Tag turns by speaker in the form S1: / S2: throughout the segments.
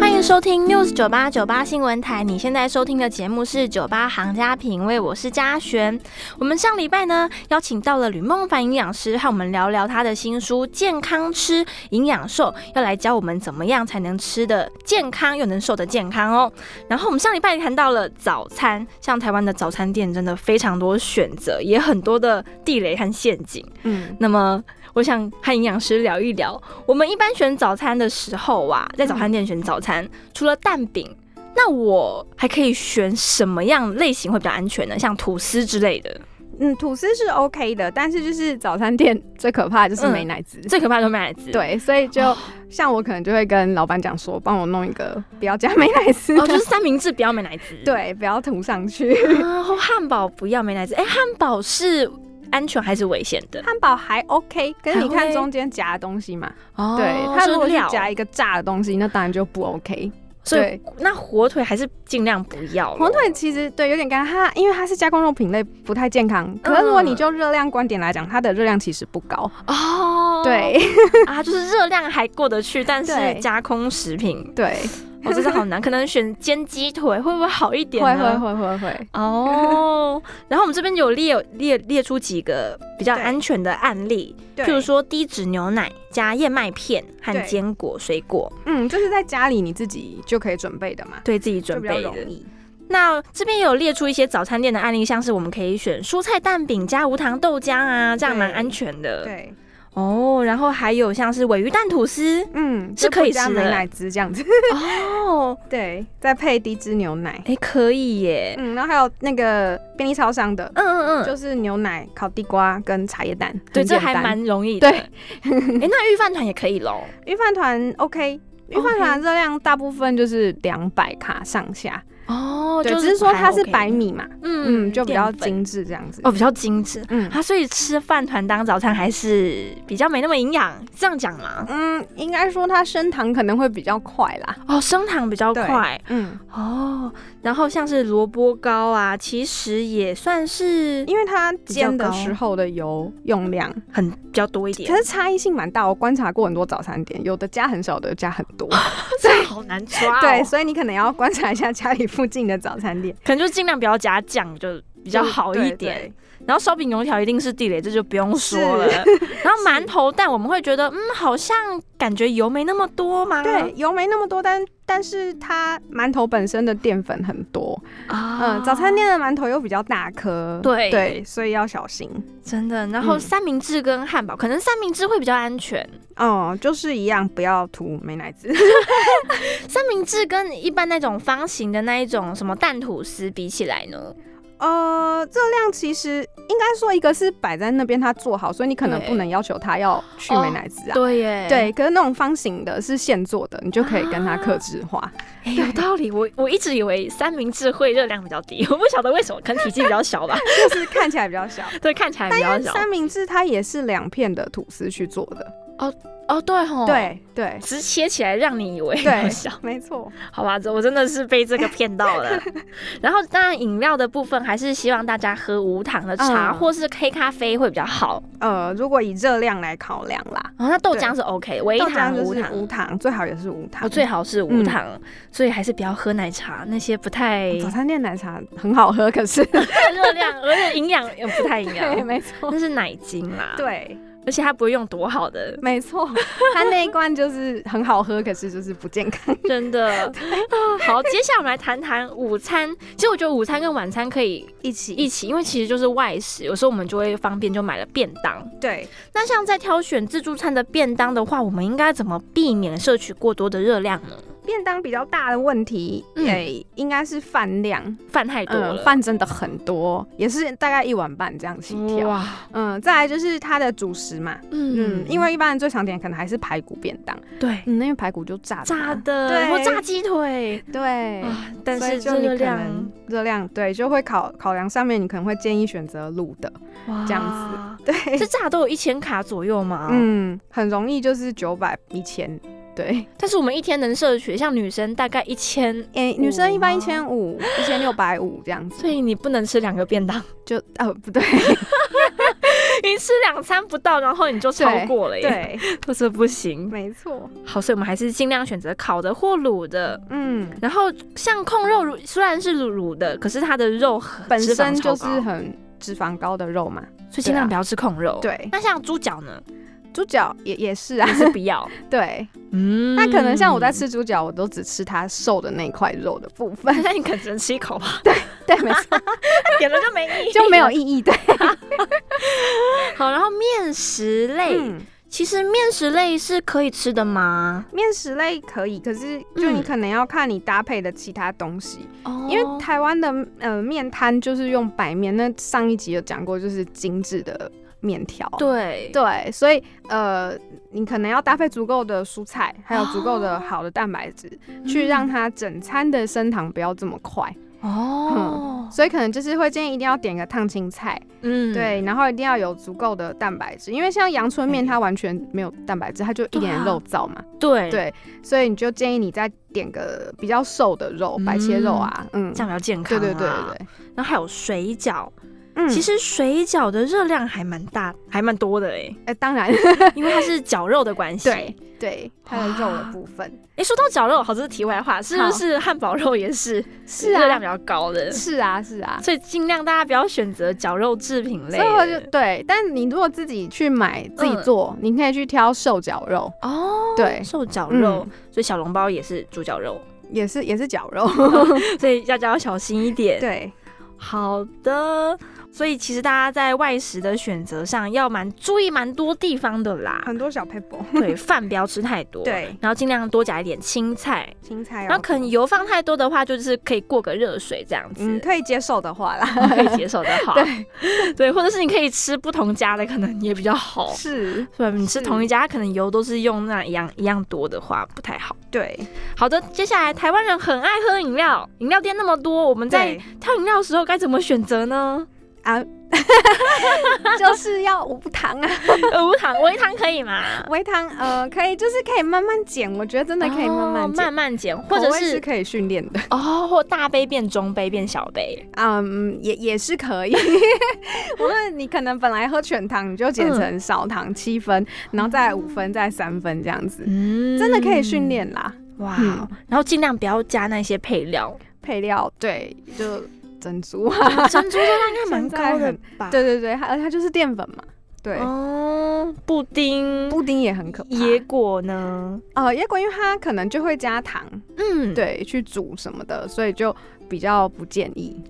S1: 欢迎收听 News 九八九八新闻台，你现在收听的节目是《酒吧行家品味》，我是嘉璇。我们上礼拜呢邀请到了吕梦凡营养师，和我们聊聊他的新书《健康吃营养瘦》，要来教我们怎么样才能吃的健康又能瘦的健康哦。然后我们上礼拜谈到了早餐，像台湾的早餐店真的非常多选择，也很多的地雷和陷阱。
S2: 嗯，
S1: 那么，我想和营养师聊一聊，我们一般选早餐的时候啊，
S2: 嗯
S1: 在早餐店选早餐，除了蛋饼，那我还可以选什么样类型会比较安全呢？像吐司之类的，
S2: 嗯，吐司是 OK 的，但是就是早餐店 最可怕的就是美乃滋。
S1: 最可怕的就是麦子。，
S2: 对，所以就像我可能就会跟老板讲说，帮我弄一个不要加美 乃滋的，
S1: 哦，就是三明治不要美乃滋。
S2: 对，不要涂上去。
S1: 啊，或汉堡不要美乃滋。哎、汉堡是安全还是危险的？
S2: 汉堡还 OK，可是你
S1: 还
S2: 看
S1: OK
S2: 中间夹的东西嘛，
S1: 哦
S2: 对，它如果
S1: 是
S2: 是
S1: 料
S2: 夹一个炸的东西，那当然就不 OK。
S1: 所以
S2: 对
S1: 那火腿还是尽量不要咯。
S2: 火腿其实对有点干，它因为它是加工肉品类，不太健康。可是如果你就热量观点来讲，它的热量其实不高。
S1: 哦，
S2: 对
S1: 啊，就是热量还过得去，但是
S2: 对
S1: 加空食品
S2: 对，
S1: 我、真的哦好难，可能选煎鸡腿会不会好一点
S2: 会会
S1: 呢？会。
S2: 会会会。
S1: 哦，然后我们这边有列列列出几个比较
S2: 对
S1: 安全的案例，譬如说低脂牛奶加燕麦片和
S2: 对
S1: 坚果、水果，
S2: 嗯，就是在家里你自己就可以准备的嘛，
S1: 对自己
S2: 就
S1: 准
S2: 比较
S1: 备
S2: 容
S1: 的。
S2: 易。
S1: 那这边有列出一些早餐店的案例，像是我们可以选蔬菜蛋饼加无糖豆浆啊，这样蛮
S2: 嗯对
S1: 安全的。，
S2: 对，
S1: 哦，然后还有像是鲔鱼蛋吐司
S2: 嗯，
S1: 是
S2: 就
S1: 可以
S2: 不加
S1: 吃
S2: 美
S1: 的
S2: 奶汁这样子。
S1: 哦，
S2: 对，再配低脂牛奶。
S1: 哎、可以耶，
S2: 嗯，然后还有那个便利超商的，
S1: 嗯嗯嗯，
S2: 就是牛奶、烤地瓜跟茶叶蛋，
S1: 对，
S2: 很
S1: 这
S2: 简
S1: 还
S2: 单
S1: 蛮容易的。
S2: 对
S1: 哎、那预饭团也可以喽。
S2: 预饭团 OK。预饭团热量大部分就是两百卡上下，
S1: 哦，
S2: 对，
S1: 就
S2: 只是说
S1: 还
S2: 它是
S1: OK
S2: 白，米嘛，
S1: 嗯
S2: 嗯，就比较
S1: 淀粉
S2: 精致这样子。
S1: 哦，比较精致。
S2: 嗯
S1: 啊，所以吃饭团当早餐还是比较没那么营养，这样讲吗？
S2: 嗯，应该说它升糖可能会比较快啦。
S1: 哦，升糖比较
S2: 对
S1: 快
S2: 嗯，
S1: 哦，然后像是萝卜糕啊，其实也算是
S2: 因为它
S1: 较
S2: 煎的
S1: 高
S2: 时候的油用量
S1: 很比较多一点
S2: 可，是差异性蛮大，我观察过很多早餐店，有的加很少，有的加很 多。
S1: 这好难抓、哦。
S2: 对，，所以你可能要观察一下家里附近的早餐店
S1: 可能就尽量不要加酱，就 比
S2: 比
S1: 较好一点。。然后烧饼油条一定是地雷，这就不用说了。 然后馒头蛋，我们会觉得，嗯，好像感觉油没那么多嘛。
S2: 对对，油没那么多，但但是它馒头本身的淀粉很多，
S1: 啊
S2: 嗯，早餐店的馒头又比较大颗，
S1: 对
S2: 对，所以要小心。
S1: 真的。然后
S2: 嗯
S1: 三明治跟汉堡，可能三明治会比较安全。
S2: 哦、就是一样，不要涂美乃滋。
S1: 三明治跟一般那种方形的那一种什么蛋吐司比起来呢？
S2: 呃，热量其实应该说一个是摆在那边它做好，所以你可能
S1: 对哦
S2: 不能要求它要去美乃滋啊。
S1: 对耶，
S2: 对，可是那种方形的是现做的，你就可以跟它克制化。
S1: 哎，有道理。我我一直以为三明治会热量比较低，我不晓得为什么，可能体积比较小吧。
S2: 就是看起来比较 小。
S1: 对，看起来比较小。
S2: 三明治它也是两片的吐司去做的，
S1: 哦，对吼，，
S2: 对对
S1: 直切起来让你以为比较
S2: 对
S1: 小。，
S2: 没错。
S1: 好吧，这我真的是被这个骗到 了。然后，当然饮料的部分还是希望大家喝无糖的茶、
S2: 嗯
S1: 或是黑咖啡会比较好。
S2: 呃，如果以热量来考量啦，
S1: 哦，那豆
S2: 对
S1: 浆是 OK，微
S2: 豆
S1: 糖
S2: 浆
S1: 无
S2: 就是
S1: 糖。哦
S2: 无糖，嗯最好也是无糖。
S1: 我最好是无糖、所以还是不要喝奶茶，那些不 太
S2: 早餐店奶茶很好喝，可是
S1: 热量，而且营养也不太营
S2: 对，
S1: 养。
S2: 没错，
S1: 那是奶精啦，，
S2: 对，
S1: 而且它不会用多好 的，
S2: 没错，它那一罐就是很好喝，可是就是不健康。
S1: 真的。啊好，接下来我们来谈谈午餐。其实我觉得午餐跟晚餐可以
S2: 一起
S1: 一起，因为其实就是外食，有时候我们就会方便就买了便当。
S2: 对，
S1: 那像在挑选自助餐的便当的话，我们应该怎么避免摄取过多的热量呢？
S2: 便当比较大的问题，
S1: 嗯
S2: 诶、应该是饭量，
S1: 饭太多
S2: 嗯，
S1: 了，
S2: 饭真的很多，也是大概一碗半这样起跳。
S1: 哇，
S2: 嗯，再来就是它的主食嘛，嗯，因为一般人最常点可能还是排骨便当，
S1: 对
S2: 嗯，因为排骨就炸的嘛
S1: 炸的，
S2: 对
S1: 然后炸鸡腿
S2: 对。
S1: 啊，但
S2: 所
S1: 是
S2: 以就你
S1: 热
S2: 可
S1: 量
S2: 能热量对，就会考考量上面，你可能会建议选择卤 的，
S1: 哇
S2: 这样
S1: 子，
S2: 对，
S1: 这炸都有一千卡左右嘛，嗯，
S2: 嗯，很容易就是九百一千，对，
S1: 但是我们一天能摄取，像女生大概一千。
S2: 诶、女生一般一
S1: 哇
S2: 千五、一千六百五这样子，
S1: 所以你不能吃两个便当，
S2: 就呃不对，
S1: 你吃两餐不到，然后你就超过 了耶，
S2: 对，
S1: 就是不行。
S2: 没错，
S1: 好，所以我们还是尽量选择烤的或卤的。
S2: 嗯，
S1: 然后像控肉乳虽然是卤的，可是它的肉很
S2: 本
S1: 脂肪
S2: 身
S1: 超
S2: 就
S1: 高
S2: 是很脂肪高的肉嘛，
S1: 所以尽量不要吃控肉。，
S2: 对，
S1: 那像猪脚呢，
S2: 猪脚也也是啊
S1: 还，是不要。
S2: 对，
S1: 嗯，
S2: 那可能像我在，吃猪脚，我都只吃它瘦的那一块肉的部分，
S1: 那你可能只能吃一口吧，
S2: 对，没错，
S1: 点了就没意义，
S2: 就没有意义，对，
S1: 好，然后面食类，
S2: 嗯
S1: 其实面食类是可以吃的吗？
S2: 面食类可以，可是就你
S1: 嗯
S2: 可能要看你搭配的其他东西，
S1: 哦
S2: 因为台湾的呃面摊就是用白面，那上一集有讲过，就是精致的面条，
S1: 对
S2: 对，所以呃，你可能要搭配足够的蔬菜，还有足够的好的蛋白质，去让它整餐的升糖不要这么快。
S1: 哦，
S2: 所以可能就是会建议一定要点个烫青菜，
S1: 嗯，
S2: 对，然后一定要有足够的蛋白质，因为像阳春面它完全没有蛋白质，它就一点
S1: 对啊
S2: 肉燥嘛，
S1: 对，
S2: 嗯对，所以你就建议你再点个比较瘦的肉，白切肉啊，嗯，
S1: 这样比较健康、
S2: 对对对对。对，
S1: 然后还有水饺，
S2: 嗯，
S1: 其实水饺的热量还蛮大，还蛮多的 哎，
S2: 哎、当然
S1: 因为它是绞肉的关系。
S2: 对。对它的肉的部分
S1: 哎，说到绞肉，好，这是题外话，是不是汉堡肉也是
S2: 是
S1: 热量
S2: 啊
S1: 比较高的？
S2: 是啊是啊，
S1: 所以尽量大家不要选择绞肉制品类
S2: 所以我就对，但你如果自己去买自己
S1: 嗯
S2: 做，你可以去挑瘦绞肉，
S1: 哦，
S2: 对
S1: 瘦绞
S2: 嗯
S1: 肉，所以小笼包也是猪绞肉。
S2: 也是也是绞肉，
S1: 所以大家要小心一点。，
S2: 对，
S1: 好的。所以其实大家在外食的选择上要蛮注意蛮多地方的啦。
S2: 很多小 paper，
S1: 对，饭不要吃太多，，
S2: 对，
S1: 然后尽量多加一点青菜。
S2: 青菜哦
S1: 然后可能油放太多的话，就是可以过个热水这样子，
S2: 嗯可以接受的话啦，
S1: 可以接受的话。 对，对，或者是你可以吃不同家的，可能也比较好。
S2: 是，
S1: 对，你吃
S2: 是
S1: 同一家，可能油都是用那一样一样多的话，不太好。
S2: 对，
S1: 好的，接下来台湾人很爱喝饮料，饮料店那么多，我们在
S2: 对
S1: 挑饮料的时候该怎么选择呢？
S2: 啊，就是要无糖啊，
S1: 呃，无糖微糖可以吗？
S2: 微糖呃可以，就是可以慢慢减，我觉得真的可以慢慢
S1: 哦
S2: 减。
S1: 慢慢减，或
S2: 口
S1: 者
S2: 味
S1: 是
S2: 可以训练的，
S1: 哦，或大杯变中杯变小杯，
S2: 嗯，也也是可以。 无论你可能本来喝全糖，你就
S1: 嗯
S2: 减成少糖七分，然后再五分，再三分这样子，
S1: 嗯
S2: 真的可以训练啦。
S1: 哇、
S2: 嗯
S1: 然后尽量不要加那些配 料，
S2: 配料对，就珍珠啊，
S1: 珍珠热量应该蛮
S2: 现在
S1: 高的
S2: 很
S1: 吧？，
S2: 对对对，它而且它就是淀粉嘛，对，
S1: 哦，布丁、
S2: 布丁也很可怕。
S1: 椰果呢？
S2: 呃，椰果因为它可能就会加糖，
S1: 嗯，。
S2: 对，去煮什么的，所以就比较不建议。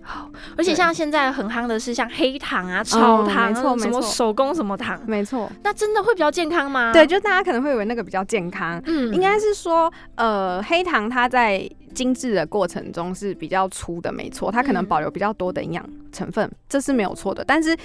S1: 而且
S2: 对
S1: 像现在很夯的是像黑糖啊、超糖、
S2: 没错
S1: 什么
S2: 没错
S1: 手工什么糖，
S2: 没错，
S1: 那真的会比较健康吗？
S2: 对，，就大家可能会以为那个比较健康，
S1: 嗯
S2: 应该是说，呃，黑糖它在精制的过程中是比较粗的，没错，它可能
S1: 嗯
S2: 保留比较多的营养成分，这是没有错的，但是。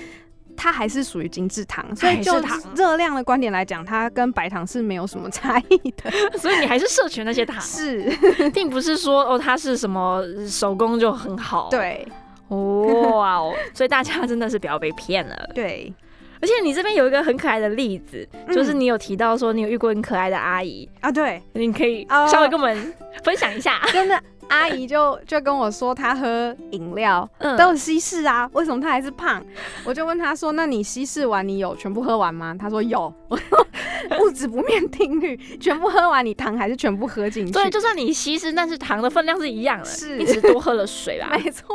S2: 它还是属于精制糖，所
S1: 还
S2: 以
S1: 是
S2: 就
S1: 糖
S2: 热量的观点来讲，它跟白糖是没有什么差异的。
S1: 所以你还是摄取那些糖，
S2: 是，
S1: 并不是说哦它是什么手工就很好。，
S2: 对
S1: 哦 哇哦，所以大家真的是不要被骗了。
S2: 对，
S1: 而且你这边有一个很可爱的例子，
S2: 嗯
S1: 就是你有提到说你有遇过很可爱的阿姨，
S2: 啊对，
S1: 你可以
S2: 哦
S1: 稍微跟我们分享一下。
S2: 真的，阿姨就就跟我说，她喝饮料
S1: 嗯
S2: 都有稀释啊，为什么她还是胖？我就问她说，那你稀释完你有全部喝完吗？她说有。 我说物质不面定律，全部喝完你糖还是全部喝进去？
S1: 对，就算你稀释，但是糖的分量 是一样的，
S2: 是
S1: 你只是多喝了水吧。
S2: 没错，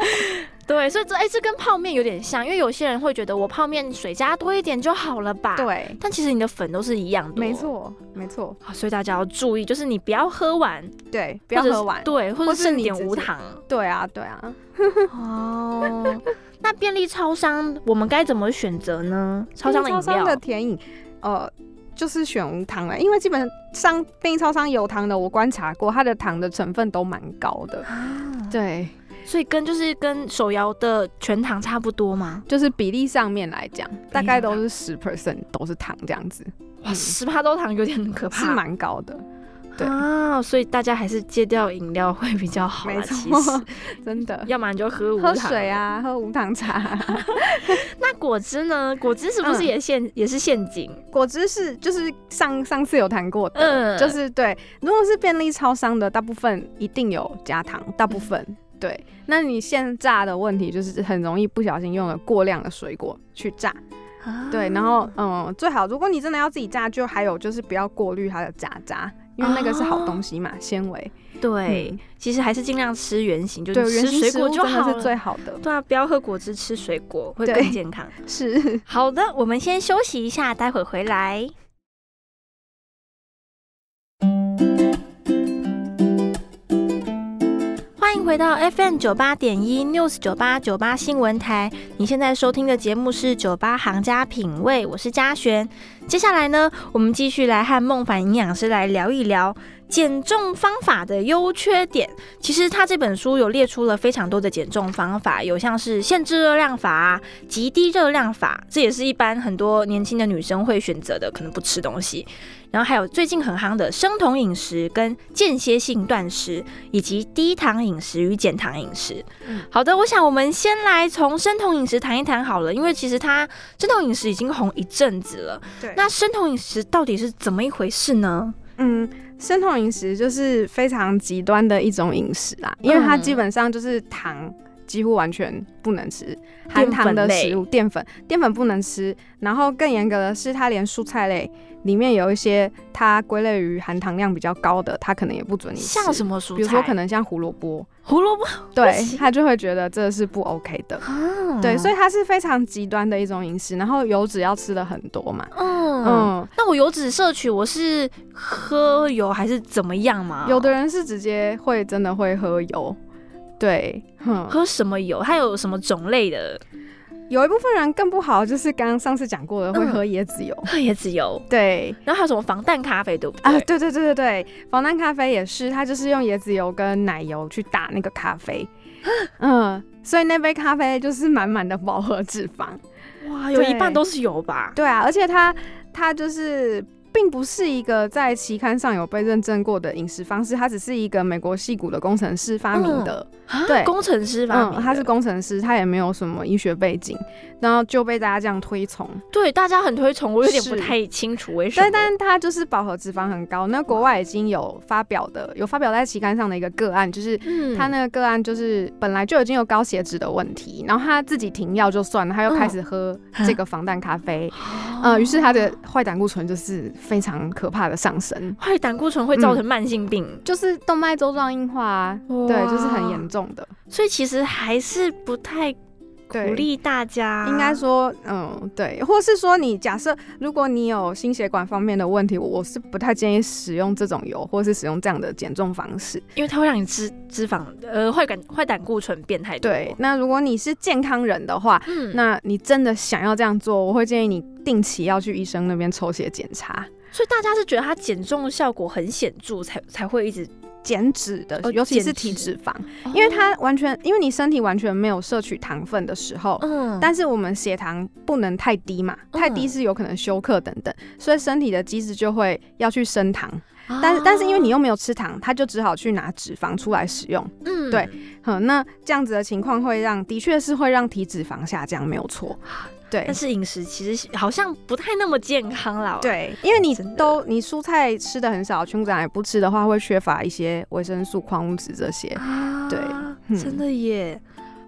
S1: 对，所以这哎、这跟泡面有点像，因为有些人会觉得我泡面水加多一点就好了吧。，
S2: 对，
S1: 但其实你的粉都是一样多。
S2: 没错，没错，
S1: 啊，所以大家要注意，就是你不要喝完，
S2: 对，不要喝完
S1: 或者是。对，或者
S2: 或是
S1: 是
S2: 你
S1: 点
S2: 直
S1: 无
S2: 接
S1: 糖。
S2: 对啊，对啊，
S1: 哦，那便利超商我们该怎么选择呢？超商的饮
S2: 超商
S1: 料
S2: 的甜饮，呃，就是选无糖了，因为基本上便利超商有糖的，我观察过，它的糖的成分都蛮高的。
S1: 啊，
S2: 对，
S1: 所以跟就是跟手摇的全糖差不多吗？
S2: 就是比例上面来讲，
S1: 哎
S2: 大概都是十 percent 都是糖这样子，
S1: 哇，十八多糖有点可
S2: 嗯是
S1: 怕，
S2: 蛮高的。对
S1: 啊，所以大家还是戒掉饮料会比较好
S2: 没
S1: 啦。其
S2: 错
S1: 实，
S2: 真的。
S1: 要不然就喝无
S2: 喝
S1: 糖。
S2: 水啊，喝无糖茶。
S1: 那果汁呢？果汁是不是
S2: 嗯
S1: 也陷、也是陷阱？
S2: 果汁是就是上上次有谈过的，
S1: 嗯
S2: 呃就是对，如果是便利超商的，大部分一定有加糖，
S1: 嗯
S2: 大部分。对，那你现榨的问题就是很容易不小心用了过量的水果去榨，
S1: 啊
S2: 对，然后嗯，最好如果你真的要自己榨，就还有就是不要过滤它的渣渣，因为那个是
S1: 啊
S2: 好东西嘛，纤维。
S1: 对，其实还是尽量吃原形，就
S2: 嗯对，
S1: 是嗯
S2: 原
S1: 吃
S2: 型
S1: 水
S2: 食
S1: 果
S2: 物
S1: 就
S2: 真的
S1: 好
S2: 是
S1: 了。
S2: 最好的。
S1: 对啊，不要喝果汁，吃水果会
S2: 对
S1: 更健康。
S2: 是，
S1: 好的，我们先休息一下，待会回来。欢迎回到 FM 九八点一 News 九八九八新闻台，你现在收听的节目是《酒吧行家品味》，我是嘉璇。接下来呢，我们继续来和孟凡营养师来聊一聊减重方法的优缺点。其实他这本书有列出了非常多的减重方法，有像是限制热量法啊、极低热量法，这也是一般很多年轻的女生会选择的，可能不吃东西。然后还有最近很夯的生酮饮食、跟间歇性断食，以及低糖饮食与减糖饮食。
S2: 嗯
S1: 好的，我想我们先来从生酮饮食谈一谈好了，因为其实它生酮饮食已经红一阵子了。
S2: 对
S1: 那生酮饮食到底是怎么一回事呢？
S2: 嗯，生酮饮食就是非常极端的一种饮食啦，因为它
S1: 嗯
S2: 基本上就是糖几乎完全不能吃，含糖的食物、淀粉、淀粉不能吃，然后更严格的是，它连蔬菜类里面有一些它归类于含糖量比较高的，它可能也不准你吃。
S1: 像什么蔬菜？
S2: 比如说，可能像胡萝卜，
S1: 胡萝卜。
S2: 对
S1: 不行
S2: 他就会觉得这是不 OK 的，对，所
S1: 以
S2: 以它是非常极端的一种饮食，然后油脂要吃的很多嘛，
S1: 嗯。
S2: 嗯，
S1: 那我油脂摄取，我是喝油还是怎么样吗？
S2: 有的人是直接会真的会喝油，对，哼，
S1: 喝什么油，它有什么种类的？
S2: 有一部分人更不好，就是刚刚上次讲过的会
S1: 嗯
S2: 喝椰子油，
S1: 喝椰子油，
S2: 对。
S1: 然后还有什么防弹咖啡，对不对？
S2: 啊，对对对对对，防弹咖啡也是，它就是用椰子油跟奶油去打那个咖啡，嗯，所以那杯咖啡就是满满的饱和脂肪。
S1: 哇，有一
S2: 对
S1: 半都是油吧？
S2: 对啊，而且它它就是并不是一个在期刊上有被认证过的饮食方式，它只是一个美国戏骨的工程师发明的。
S1: 啊
S2: 对
S1: 工程师发明
S2: 嗯
S1: 的、，
S2: 他是工程师，他也没有什么医学背景，然后就被大家这样推崇。
S1: 对大家很推崇，我有点
S2: 是
S1: 不太清楚为什么。
S2: 但但他就是饱和脂肪很高，那国外已经有发表的，有发表在期刊上的一个个案，就是。
S1: 嗯
S2: 他那个个案就是本来就已经有高血脂的问题，然后他自己停药就算了，他又开始喝这个防弹咖啡，呃，于是
S1: 哦
S2: 他的坏胆固醇就是非常可怕的上升，
S1: 坏胆固醇会
S2: 嗯
S1: 造成慢性病，
S2: 就是动脉粥状硬化、啊，对，就是很严
S1: 重。
S2: 重的。
S1: 所以其实还是不太鼓
S2: 对
S1: 励大家，
S2: 应该说，嗯，对，或是说你假设如果你有心血管方面的问题，我是不太建议使用这种油，或是使用这样的减重方式。
S1: 因为它会让你脂脂肪呃坏胆坏胆固醇变太多。
S2: 对，，那如果你是健康人的话，
S1: 嗯，
S2: 那你真的想要这样做，我会建议你定期要去医生那边抽血检查
S1: 所以大家是觉得它减重效果很显著才才会一直，
S2: 减脂的
S1: 哦，
S2: 尤其是
S1: 减
S2: 体
S1: 脂
S2: 脂肪，因为它完全因为你身体完全没有摄取糖分的时候，
S1: 嗯
S2: 但是我们血糖不能太低嘛，太低
S1: 嗯
S2: 是有可能休克等等，所以身体的机制就会要去升糖。但
S1: 哦
S2: 是但是因为你又没有吃糖，它就只好去拿脂肪出来使用。
S1: 嗯
S2: 对哼，那这样子的情况会让，的确是会让体脂肪下降，没有错。对
S1: 啊但是饮食其实好像不太那么健康啦。，
S2: 对，因为你
S1: 哦真的
S2: 都你蔬菜吃的很少，全谷杂也不吃的话，会缺乏一些维生素、矿物质这些。
S1: 啊，
S2: 嗯
S1: 真的耶。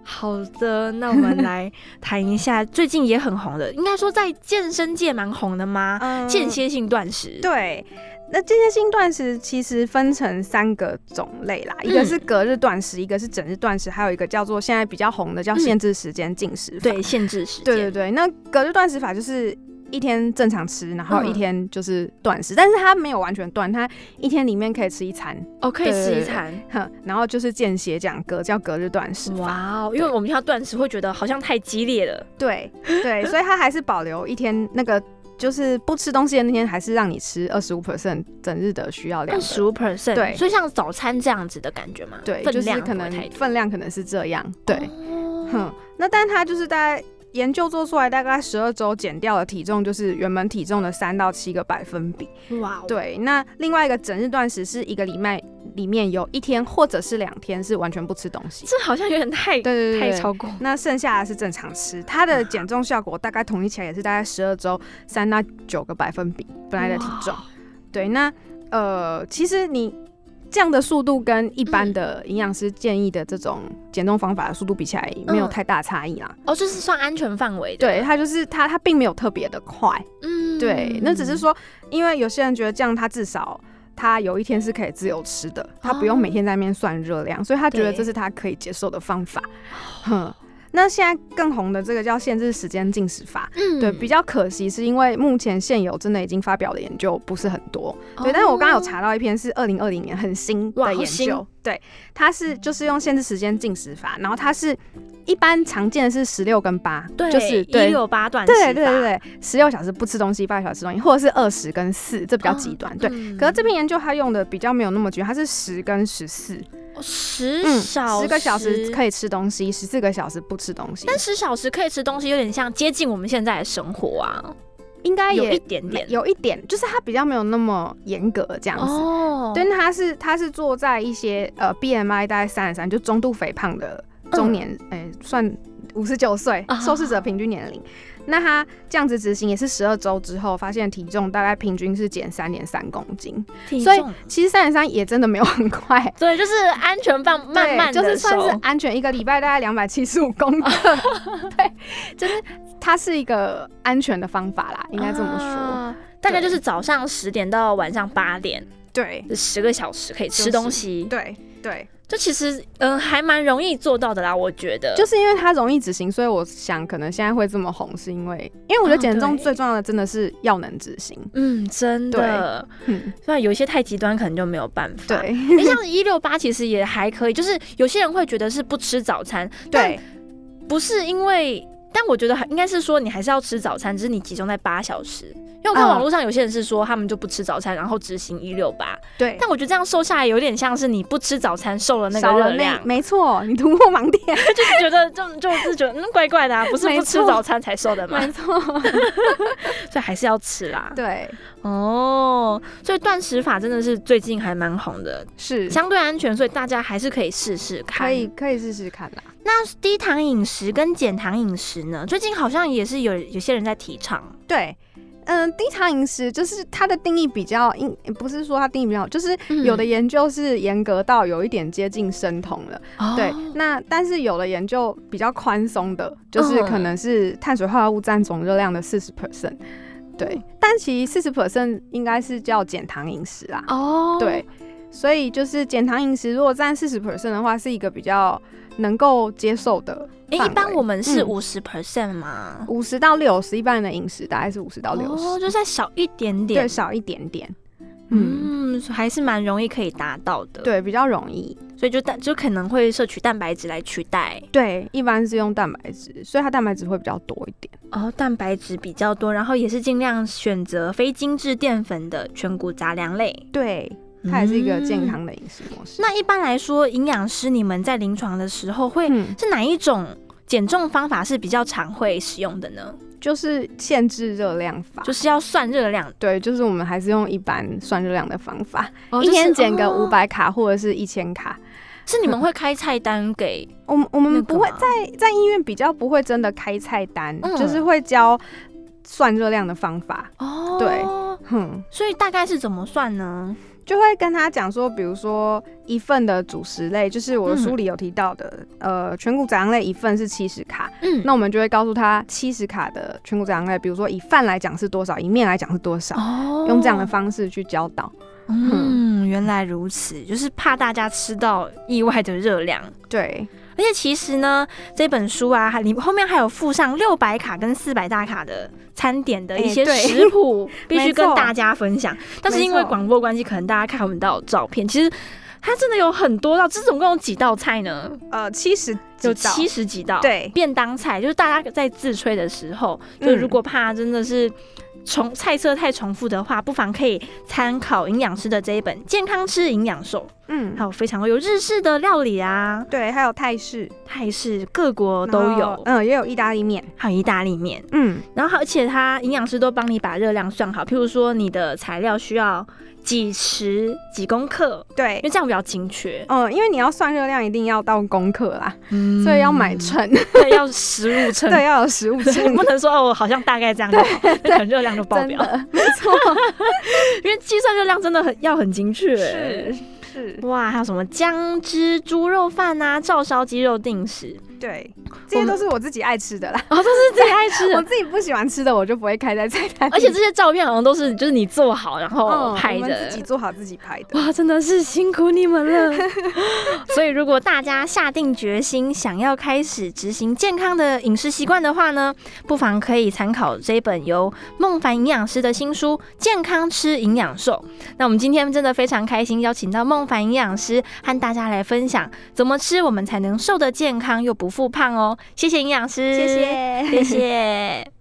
S1: 好的，那我们来谈一 下最近也很红的，应该说在健身界蛮红的吗？
S2: 嗯
S1: 啊间歇性断食。，
S2: 对，那间歇性断食其实分成三个种类啦，一个
S1: 嗯
S2: 是隔日断食，一个是整日断食，还有一个叫做现在比较红的叫
S1: 嗯
S2: 限制时间进食法。
S1: 对，限制时间。
S2: 对对对，那隔日断食法就是一天正常吃，然后
S1: 嗯
S2: 一天就是断食，但是它没有完全断，它一天里面可以吃一餐，
S1: 哦，可以
S2: 对
S1: 吃一
S2: 对对
S1: 餐。
S2: 哼，然后就是间歇这样隔叫隔日断食法。
S1: 哇哦，因为我们听到断食会觉得好像太激烈了。
S2: 对对，所以它还是保留一天那个。就是不吃东西的那天，还是让你吃二十五 percent 整日的需要量
S1: 二
S2: 的。
S1: 十五 percent，
S2: 对
S1: 所以像早餐这样子的感觉嘛，
S2: 对，
S1: 分
S2: 就是
S1: 量不
S2: 可
S1: 会
S2: 能
S1: 太多
S2: 分量可能是这样。对，
S1: 哦
S2: 哼，那但它就是大概研究做出来，大概十二周减掉的体重就是原本体重的三到七个百分比。
S1: 哇哦，
S2: 对，那另外一个整日断食是一个礼拜里面有一天或者是两天是完全不吃东西。
S1: 这好像有点太
S2: 对对对
S1: 太
S2: 对
S1: 超过，啊
S2: 那剩下的是正常吃，它的减重效果大概统计起来也是大概十二周三到九个百分比本来的体重。对，那呃，其实你这样的速度跟一
S1: 嗯
S2: 般的营养师建议的这种减重方法的速度比起来，没有
S1: 嗯
S2: 太大差异啦。
S1: 哦，这是算安全范围的，
S2: 对，，它就是它它并没有特别的快。
S1: 嗯
S2: 对，那只是说，因为有些人觉得这样，他至少他有一天是可以自由吃的，他不用每天在那边算热量，所以他觉得
S1: 哦对哦
S2: 这是他可以接受的方法。哼，那现在更红的这个叫限制时间进食法。
S1: 嗯
S2: 对，比较可惜是因为目前现有真的已经发表的研究不是很多。对，但是我刚刚有
S1: 哦
S2: 查到一篇是二零二零年很新
S1: 哇
S2: 的
S1: 好
S2: 研
S1: 新
S2: 究，对，它是就是用限制时间进食法，然后它是一般常见的是十六跟八，
S1: 对，
S2: 就是
S1: 一六八段式
S2: 对对
S1: 法
S2: 对对，十六小时不吃东西，八个小时吃东西，或者是二十跟四，这比较极端。对，
S1: 嗯
S2: 可是这篇研究它用的比较没有那么绝，它是十跟十四，
S1: 哦十
S2: 嗯，
S1: 小
S2: 十个小时
S1: 以。
S2: 可以吃东西，十四个小时不吃东西，
S1: 但十小时可以吃东西，有点像接近我们现在的生活啊，
S2: 应该
S1: 有
S2: 也
S1: 一点点
S2: 有一点，就是它比较没有那么严格这样子。
S1: 哦
S2: 对，那它是它是做在一些呃 BMI 大概三十三，就中度肥胖的中年，哎、算五十九岁
S1: 嗯啊
S2: 受试者平均年龄。那他这样子执行也是十二周之后，发现体重大概平均是减三点三公斤，
S1: 体
S2: 所以
S1: 重
S2: 其实三点三也真的没有很快。
S1: 对，就是安全放 慢
S2: 对
S1: 慢
S2: 就是
S1: 的
S2: 算
S1: 收
S2: 是安全，一个礼拜大概两百七十五公 克，对，就是它是一个安全的方法啦，应该这么说。
S1: 啊大概就是早上十点到晚上八点，
S2: 对，
S1: 十个小时可以
S2: 就
S1: 吃
S2: 是
S1: 东西，
S2: 对，对，
S1: 这其实嗯、呃还蛮容易做到的啦，我觉得。
S2: 就是因为它容易执行，所以我想可能现在会这么红，是因为因为我觉得
S1: 啊
S2: 减重
S1: 对
S2: 最重要的真的是要能执行。
S1: 嗯，真的，
S2: 嗯，
S1: 虽然有一些太极端，可能就没有办法。，
S2: 对
S1: 你像一六八其实也还可以，就是有些人会觉得是不吃早餐，但
S2: 对
S1: 不是因为，但我觉得还应该是说你还是要吃早餐，只是你集中在八小时。因为我看
S2: 嗯
S1: 网络上有些人是说他们就不吃早餐，然后执行一六八，
S2: 对，
S1: 但我觉得这样瘦下来有点像是你不吃早餐瘦了那
S2: 少
S1: 个热
S2: 了
S1: 量
S2: 那，没错，你突破盲点，
S1: 就是觉得就就是觉得嗯怪怪的啊，不是
S2: 没
S1: 不
S2: 错
S1: 吃早餐才瘦的嘛，
S2: 错，
S1: 所以还是要吃啦。
S2: 对，
S1: 哦，所以断食法真的是最近还蛮红的，
S2: 是
S1: 相对安全，所以大家还是可以试试看。
S2: 可以可以试试看啦。
S1: 那低糖饮食跟减糖饮食呢？最近好像也是有有些人在提倡。
S2: 对，嗯、低糖饮食就是它的定义比较硬，不是说它定义比较好，就是
S1: 嗯
S2: 有的研究是严格到有一点接近生酮了。
S1: 哦
S2: 对，那但是有的研究比较宽松的，
S1: 嗯
S2: 就是可能是碳水化合物占总热量的四十 percent。对，
S1: 哦
S2: 但其实四十 percent 应该是叫减糖饮食啦。
S1: 哦，
S2: 对，所以就是减糖饮食如果占四十 percent 的话，是一个比较能够接受的
S1: 诶
S2: 范围。
S1: 一般我们是
S2: 嗯
S1: 五十 percent 嘛，
S2: 五十到六十，一般人的饮食大概是五十到六十、
S1: 哦，就再少一点
S2: 对，
S1: 点，
S2: 少一点点。嗯，
S1: 嗯，还是蛮容易可以达到的。，
S2: 对，比较容易。
S1: 所以就蛋就可能会摄取蛋白质来取代。
S2: 对，一般是用蛋白质，所以它蛋白质会比较多一点。
S1: 哦，蛋白质比较多，然后也是尽量选择非精致淀粉的全谷杂粮类，
S2: 对，它也是一个健
S1: 嗯
S2: 康的饮食模式。
S1: 那一般来说，营养师你们在临床的时候会
S2: 嗯，
S1: 是哪一种减重方法是比较常会使用的呢？
S2: 就是限制热量法，
S1: 就是要算热量，
S2: 对，就是我们还是用一般算热量的方法，
S1: 哦
S2: 一
S1: 就是
S2: 天减个
S1: 哦
S2: 五百卡或者是一千卡。
S1: 是你们会开菜单给
S2: 我们我
S1: 那
S2: 们
S1: 个
S2: 嗯不会
S1: 吗
S2: 在在医院比较不会真的开菜单，
S1: 嗯
S2: 就是会教算热量的方法，
S1: 哦，
S2: 对，哼，
S1: 所以大概是怎么算呢？
S2: 就会跟他讲说，比如说一份的主食类，就是
S1: 嗯
S2: 我的书里有提到的，呃，全谷杂粮类一份是七十卡，
S1: 嗯
S2: 那我们就会告诉他七十卡的全谷杂粮类，比如说以饭来讲是多少，以面来讲是多少，
S1: 哦
S2: 用这样的方式去教导。
S1: 嗯，原来如此，就是怕大家吃到意外的热量。
S2: 对，
S1: 而且其实呢，这本书啊，还里后面还有附上六百卡跟四百大卡的餐点的一些
S2: 哎对
S1: 食 谱，必须
S2: 没
S1: 跟
S2: 错
S1: 大家分享。但是因为
S2: 没错
S1: 广播关系，可能大家看不到照片，其实它真的有很多道，这总共有几道菜呢？
S2: 呃，七十
S1: 有七十几道，，
S2: 对
S1: 便当菜，就是大家在自吹的时候，
S2: 嗯
S1: 就如果怕真的是。重菜色太重复的话，不妨可以参考营养师的这一本《健康吃营养寿》，
S2: 嗯
S1: 还，有非常有日式的料理啊，
S2: 对，还有泰式
S1: 泰式各国都
S2: 然后
S1: 有，
S2: 嗯，也有意大利面，
S1: 还有意大利面。
S2: 嗯，
S1: 然后，而且它营养师都帮你把热量算好，譬如说你的材料需要几匙几公克，
S2: 对
S1: 因为。这样比较精确，
S2: 嗯，因为你要算热量，一定要到功课啦，
S1: 嗯
S2: 所以要买 称，
S1: 对，要食物称，
S2: 对，要有食物称
S1: 不，能说哦，我好像大概这样就好，那可能热量就爆
S2: 真
S1: 表，
S2: 的，没错，
S1: 因为计算热量真的很要很精确。
S2: 是是，
S1: 哇，还有什么姜汁猪肉饭啊，照烧鸡肉定时，
S2: 对，这些都是我自己爱吃的啦，
S1: 哦，都是自己爱吃
S2: 我
S1: 的。
S2: 自己不喜欢吃的，我就不会开在菜单里，
S1: 而且这哦些照片好像都是就是你做好然后
S2: 嗯，
S1: 拍
S2: 我
S1: 的
S2: 们自，己做好自己拍的，
S1: 哇，真的是辛苦你们 了。所以，如果大家下定决心想要开始执行健康的饮食习惯的话呢，不妨可以参考这一本由孟凡营养师的新书《健康吃营养瘦》。那我们今天真的非常开心，邀请到孟凡营养师和大家来分享怎么吃我们才能瘦得健康又不复胖哦。谢谢营养师，
S2: 谢谢。
S1: 谢谢。